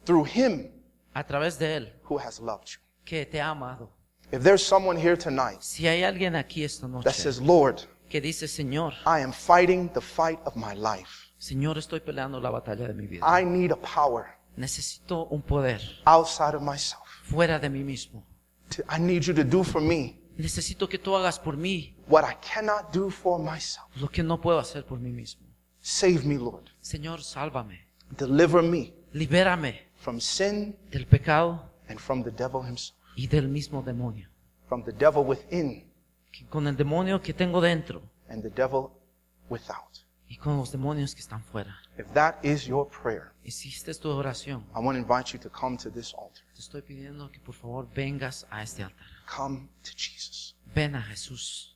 through Him
a través de Él
who has loved you.
que te ha amado.
If there's someone here tonight
Si hay alguien aquí esta
that
noche
says, Lord,
que dice, Señor,
I am fighting the fight of my life,
Señor, estoy peleando la batalla de mi vida.
I need a power
Necesito un poder
outside of myself.
fuera de mí mismo.
To- I need you to do for me
Necesito que tú hagas por mí
what I cannot do for myself.
lo que no puedo hacer por mí mismo.
Save me, Lord.
Señor, sálvame,
Deliver me
libérame
from sin
del pecado
and from the devil himself,
y del mismo demonio.
from the devil within
Que con el demonio que tengo dentro
and the devil without.
y con los demonios que están fuera.
If that is your prayer,
Hiciste tu oración.
I want to invite you to come to this altar.
Te estoy pidiendo que por favor vengas a este altar.
Come to Jesus
Ven a Jesús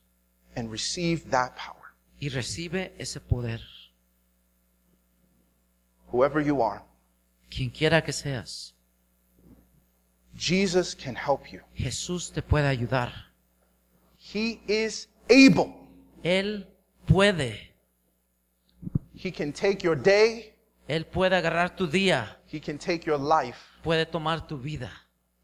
and receive that power.
y recibe ese poder.
Whoever you are,
Quien quiera que seas,
Jesus can help you.
Jesús te puede ayudar.
He is able.
Él puede.
He can take your day,
Él puede agarrar tu día.
He can take your life,
Puede tomar tu vida.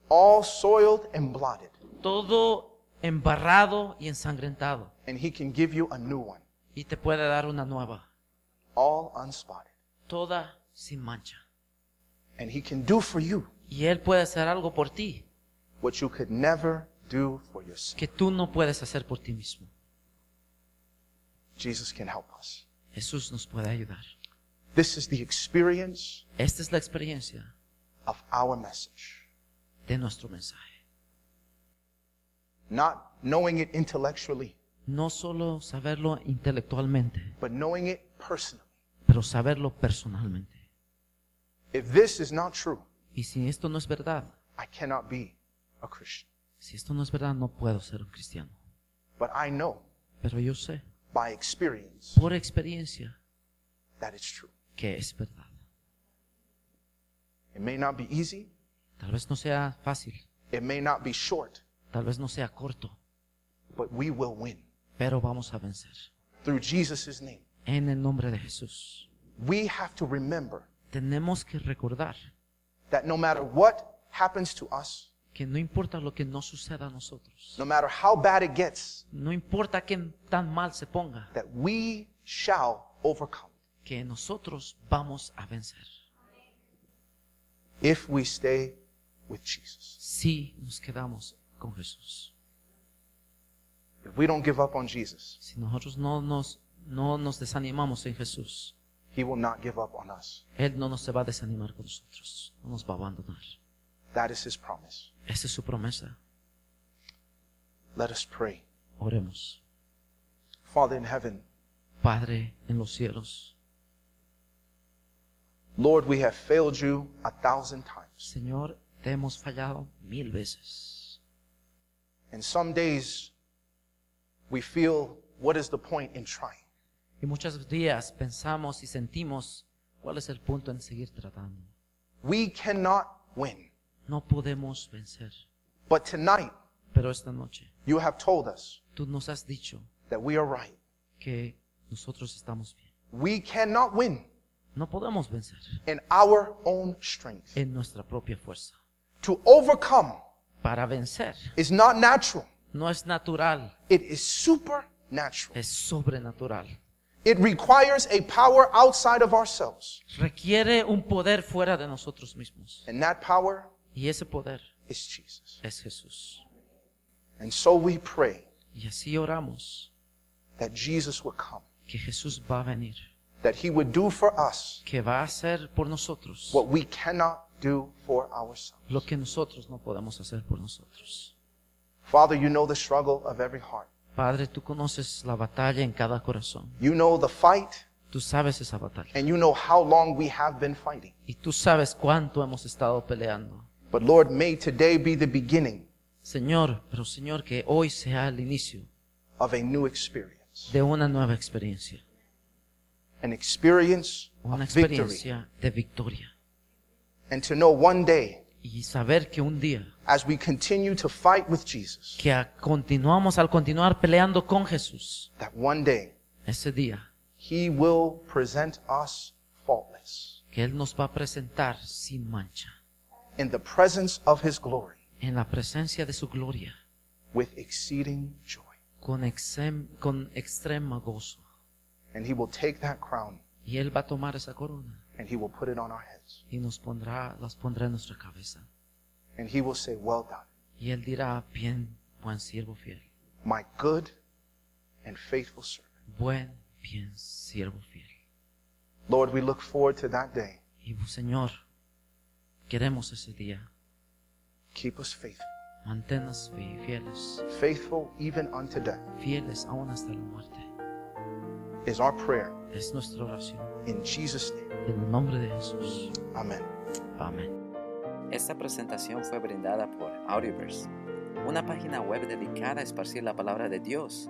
all soiled and blotted,
Todo embarrado y ensangrentado.
and He can give you a new one,
Y te puede dar una nueva.
all unspotted.
Toda sin mancha.
And He can do for you
Y Él puede hacer algo por ti
what you could never do for yourself.
que tú no puedes hacer por ti mismo.
Jesus can help us.
Jesús nos puede ayudar.
This is the experience
Esta es la experiencia
of our message.
de nuestro mensaje.
Not knowing it intellectually,
No solo saberlo intelectualmente,
but knowing it personally.
pero saberlo personalmente.
If this is not true,
Y si esto no es verdad,
I cannot be a Christian.
si esto no es verdad, no puedo ser un cristiano.
But I know
Pero yo sé
by experience
por experiencia
that it's true.
que es verdad.
It may not be easy,
Tal vez no sea fácil,
it may not be short,
tal vez no sea corto,
but we will win
pero vamos a vencer.
through Jesus' name.
En el nombre de Jesús.
We have to remember
Tenemos que recordar
that no matter what happens to us,
que no importa lo que nos suceda a nosotros,
no matter how bad it gets,
no importa que tan mal se ponga,
that we shall overcome
que nosotros vamos a vencer
if we stay with Jesus.
si nos quedamos con Jesús.
If we don't give up on Jesus,
Si nosotros no nos, no nos desanimamos en Jesús,
He will not give up on us.
Él no nos se va a desanimar con nosotros, no nos va a abandonar.
That is His promise.
Esa es su promesa.
Let us pray.
Oremos.
Father in heaven,
Padre en los cielos,
Lord, we have failed you a thousand times.
Señor, te hemos fallado mil veces.
And some days we feel, what is the point in trying?
Y muchos días pensamos y sentimos cuál es el punto en seguir tratando.
We cannot win.
No podemos vencer.
But tonight,
Pero esta noche
you have told us
tú nos has dicho
that we are right.
que nosotros estamos bien.
We cannot win
No podemos vencer
in our own strength.
en nuestra propia fuerza.
To overcome
Para vencer
is not natural,
no es natural,
it is supernatural.
es sobrenatural.
It requires a power outside of ourselves,
Requiere un poder fuera de nosotros mismos.
and that power
Y ese poder
is Jesus.
es Jesús.
And so we pray
Y así oramos
that Jesus would come,
que Jesús va a venir,
that he would do for us
que va a hacer por nosotros
what we cannot do for ourselves.
lo que nosotros no podemos hacer por nosotros.
Father, you know the struggle of every heart.
Padre, tú conoces la batalla en cada corazón.
You know the fight,
Tú sabes esa batalla.
and you know how long we have been fighting.
Y tú sabes cuánto hemos estado peleando.
But Lord, may today be the beginning
Señor, pero Señor, que hoy sea el inicio
of a new experience,
de una nueva experiencia.
an experience of
Una
victory,
experiencia de victoria.
and to know one day,
Y saber que un día,
as we continue to fight with Jesus,
que a- continuamos al continuar peleando con Jesús,
that one day
ese día
He will present us faultless
que Él nos va a presentar sin mancha,
in the presence of His glory
en la presencia de su gloria,
with exceeding joy.
con, exem- con extrema gozo.
And He will take that crown
Y Él va a tomar esa corona
and He will put it on our heads.
y nos pondrá, las pondrá en nuestra cabeza.
And He will say, Well done,
Y Él dirá, bien, buen siervo fiel,
my good and faithful servant.
buen, bien, siervo fiel.
Lord, we look forward to that day.
Y Señor, queremos ese día.
Keep us faithful,
Manténnos fi- fieles,
faithful even unto death,
fieles aún hasta la muerte.
is our prayer.
Es nuestra oración.
In Jesus' name,
En el nombre de Jesús.
amen.
Amén.
Esta presentación fue brindada por Audioverse, una página web dedicada a esparcir la palabra de Dios